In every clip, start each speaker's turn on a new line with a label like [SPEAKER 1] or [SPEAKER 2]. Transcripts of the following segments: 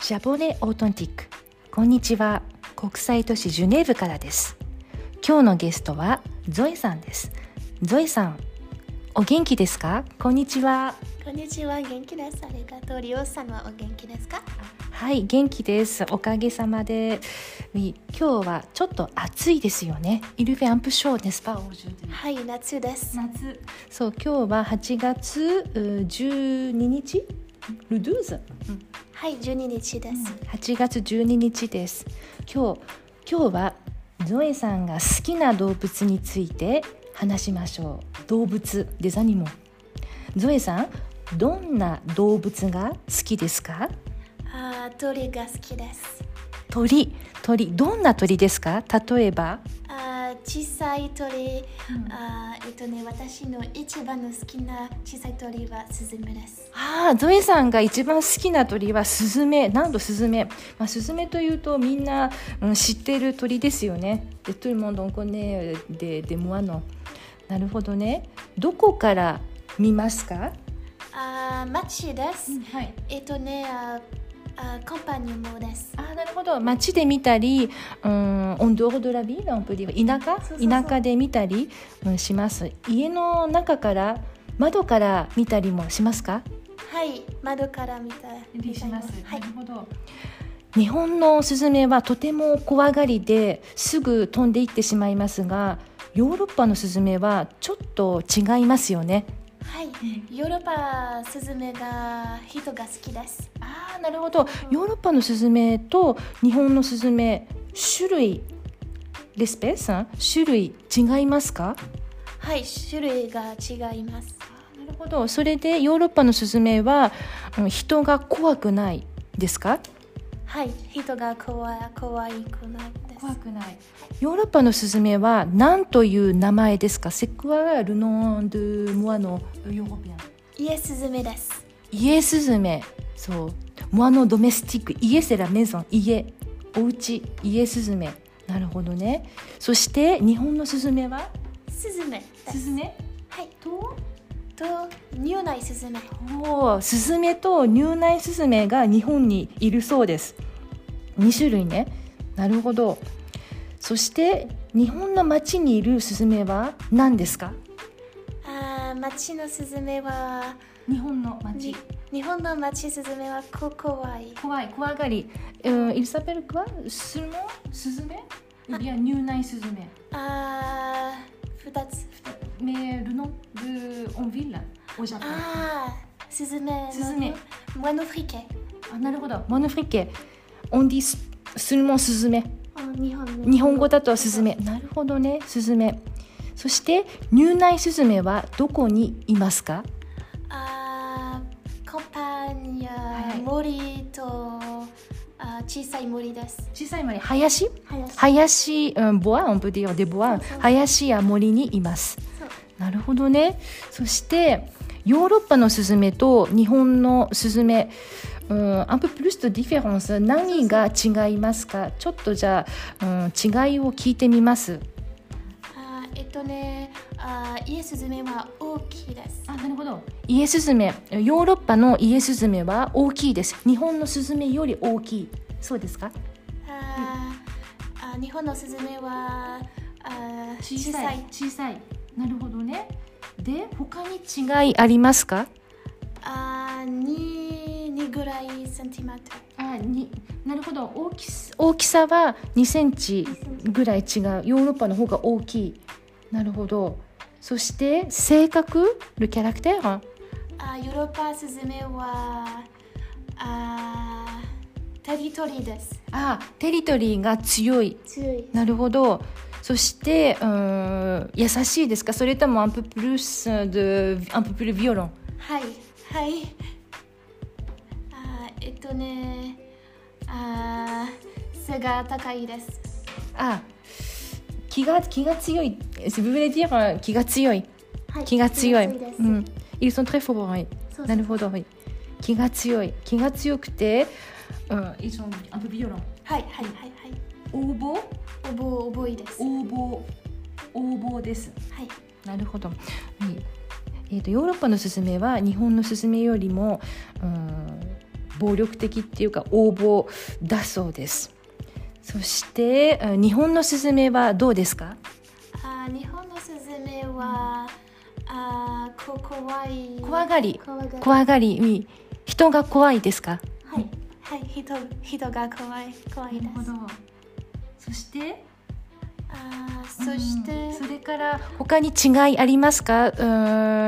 [SPEAKER 1] シャボネオートンティックこんにちは国際都市ジュネーブからです今日のゲストはゾエさんですゾエさんお元気ですかこんにちは
[SPEAKER 2] こんにちは、元気です。ありがとう。リオさんはお元気ですか
[SPEAKER 1] はい元気ですおかげさまでい今日はちょっと暑いですよねイルフェアンプショーですパオジュ
[SPEAKER 2] はい、夏です。
[SPEAKER 1] 夏そう今日は8月うー12日ルドゥーズ
[SPEAKER 2] はい、12日です。
[SPEAKER 1] 8月12日です今日今日はゾエさんが好きな動物について話しましょう動物デザニモンゾエさんどんな動物が好きですか
[SPEAKER 2] あー鳥が好きです。
[SPEAKER 1] 鳥鳥どんな鳥ですか例えば
[SPEAKER 2] あー小さい鳥、あーえっとね、私の一番の好きな小さい鳥はスズメです。
[SPEAKER 1] ああゾエさんが一番好きな鳥はスズメなんとスズメ、まあ、スズメというとみんな、うん、知ってる鳥ですよねでトゥルモンドンコネででモアノなるほどねどこから見ますか、
[SPEAKER 2] あー街です。
[SPEAKER 1] はい
[SPEAKER 2] えっとね、あーあーコンパニオンです。
[SPEAKER 1] あーなるほど街で見たり、うん、オンドードラビーランプリは田舎
[SPEAKER 2] そうそうそう
[SPEAKER 1] 田舎で見たり、うん、します家の中から窓から見たりもしますか
[SPEAKER 2] はい、窓から見た見たはい。
[SPEAKER 1] ほど。日本のスズメはとても怖がりですぐ飛んでいってしまいますが、ヨーロッパのスズメはちょっと違いますよね。
[SPEAKER 2] はい、ヨーロッパスズメが人が好きです。
[SPEAKER 1] ああ、なるほど。ヨーロッパのスズメと日本のスズメ種類レスペさん種類違いますか？
[SPEAKER 2] はい、種類が違います。
[SPEAKER 1] なるほど。それでヨーロッパのスズメはうん人が怖くないですか？
[SPEAKER 2] はい、人が怖い怖いくないです。
[SPEAKER 1] くないヨーロッパのスズメは何という名前ですかセクアルノンドゥモアのヨーロピアン
[SPEAKER 2] イエスズメです。
[SPEAKER 1] イエスズメそうモアノドメスティックイエセラメゾン家お家イエスズメなるほどねそして日本のスズメは
[SPEAKER 2] スズメです。
[SPEAKER 1] ズメ
[SPEAKER 2] はい、
[SPEAKER 1] と
[SPEAKER 2] と入内スズメ。
[SPEAKER 1] おースズメと入内スズメが日本にいるそうです2種類ねなるほどそして日本の町にいるスズメは何ですか
[SPEAKER 2] ああ、町のスズメは
[SPEAKER 1] 日本の
[SPEAKER 2] に日本の町スズメはこ怖い。
[SPEAKER 1] 怖い怖がり、うん、イルサベルクはスモスズメいや入内スズメ
[SPEAKER 2] ああ、二つ。
[SPEAKER 1] メルノルオンビラおじゃ
[SPEAKER 2] ああ、スズメの。
[SPEAKER 1] スズメ。
[SPEAKER 2] モノフリケ。
[SPEAKER 1] あなるほどモノフリケオンディススルモンスズメ
[SPEAKER 2] あ日本の
[SPEAKER 1] 日本語だとスズメなるほどねスズメそして入内スズメはどこにいますか
[SPEAKER 2] あーコンパニア、
[SPEAKER 1] はい
[SPEAKER 2] 森とあー小さい森です。
[SPEAKER 1] 小さい森林
[SPEAKER 2] 林
[SPEAKER 1] 林、うん、ボアオンプディオデボアン
[SPEAKER 2] そうそう
[SPEAKER 1] 林や森にいます
[SPEAKER 2] そう
[SPEAKER 1] なるほどねそしてヨーロッパのスズメと日本のスズメうんアンププルスとディフェロンス何が違いますかちょっとじゃあ、うん、違いを聞いてみます
[SPEAKER 2] あーえっとね、あーイエスズメは大きいです。
[SPEAKER 1] あなるほどイエスズメヨーロッパのイエスズメは大きいです日本のスズメより大きいそうですか
[SPEAKER 2] あーあー日本のスズメはあー小さい。
[SPEAKER 1] 小さいなるほどねで他に違いありますか
[SPEAKER 2] あーににぐらいセンチメートル。
[SPEAKER 1] あになるほど大きす大きさは2センチぐらい違うヨーロッパの方が大きいなるほどそして性格ルキャラクターは
[SPEAKER 2] あーヨーロッパスズメはあーテリトリーです。
[SPEAKER 1] あテリトリーが強い
[SPEAKER 2] 強い。
[SPEAKER 1] なるほどそしてうーん優しいですかそれともアンププルスでアンププルビオロン
[SPEAKER 2] はいはいあーえっとねあー背が高いです
[SPEAKER 1] あ気が気が強い Si vous voulez dire 気が強い
[SPEAKER 2] はい
[SPEAKER 1] 気が強い、
[SPEAKER 2] 気です
[SPEAKER 1] うん、ils sont très forts はい
[SPEAKER 2] そうそう
[SPEAKER 1] なるほど、はい、気が強い気が強くて、うん、ils sont un peu violents
[SPEAKER 2] はいはいはい
[SPEAKER 1] 横暴
[SPEAKER 2] はいおぼおぼいです
[SPEAKER 1] 横暴横暴です
[SPEAKER 2] はい
[SPEAKER 1] なるほど、はいえー、とヨーロッパのスズメは日本のスズメよりも、うん、暴力的っていうか横暴だそうですそしてあ日本のスズメはどうですか
[SPEAKER 2] あー日本のスズメは、あーこ怖い
[SPEAKER 1] 怖がり
[SPEAKER 2] 怖がり
[SPEAKER 1] 怖がりに人が怖いですか
[SPEAKER 2] はいはい人人が怖い怖いです
[SPEAKER 1] そして
[SPEAKER 2] あーそして、
[SPEAKER 1] それから他に違いありますか、う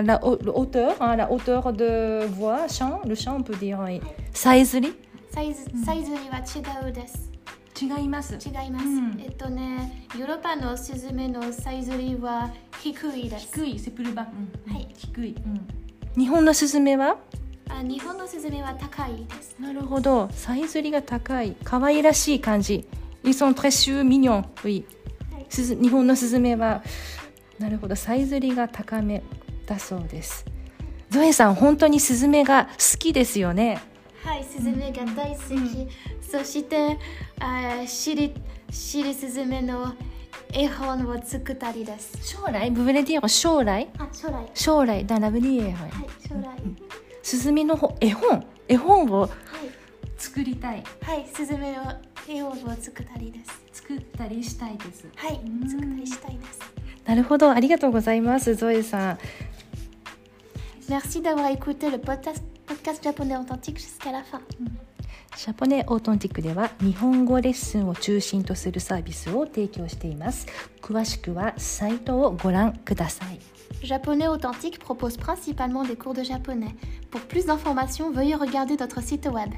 [SPEAKER 1] ん、la hau- la hauteur, hein, la hauteur de voix, chant, le chant, on peut dire, oui. さえずり
[SPEAKER 2] サイズサイズには違うです
[SPEAKER 1] 違います。
[SPEAKER 2] 違います、
[SPEAKER 1] うん
[SPEAKER 2] えっとねヨーロッパのスズメのサイズには低いです
[SPEAKER 1] 低い、セプルバ、
[SPEAKER 2] うんはい
[SPEAKER 1] 低い、日本のスズメは
[SPEAKER 2] あ日本のスズメは高いです
[SPEAKER 1] なるほど、さえずりが高い、可愛らしい感じ。Ils sont très chou, mignons, oui.
[SPEAKER 2] はい
[SPEAKER 1] すず日本のスズメはなるほどさえずりが高めだそうですゾエさん本当にスズメが好きですよね
[SPEAKER 2] はい、スズメが大好き。
[SPEAKER 1] うん
[SPEAKER 2] そして、あシリシリスズメの絵本を作ったりです。
[SPEAKER 1] 将来ブブレディオ将来
[SPEAKER 2] あ、将来。はい、
[SPEAKER 1] 将来ダラブディエ
[SPEAKER 2] 将来。
[SPEAKER 1] スズメのほ絵本絵本を
[SPEAKER 2] は
[SPEAKER 1] 作りたい
[SPEAKER 2] い、はい、スズメの絵本を作ったりです。
[SPEAKER 1] 作ったりしたいです
[SPEAKER 2] はい、
[SPEAKER 1] うん
[SPEAKER 2] 作ったりしたいです。
[SPEAKER 1] なるほどありがとうございますゾエさん
[SPEAKER 2] Merci d'avoir écouté le podcast, podcast japonais authentique jusqu'à la fin.
[SPEAKER 1] シャポネオートンティックでは日本語レッスンを中心とするサービスを提供しています詳しくはサイトをご覧ください
[SPEAKER 2] Japonais authentique propose principalement des cours de japonais. Pour plus d'informations, veuillez regarder notre site web.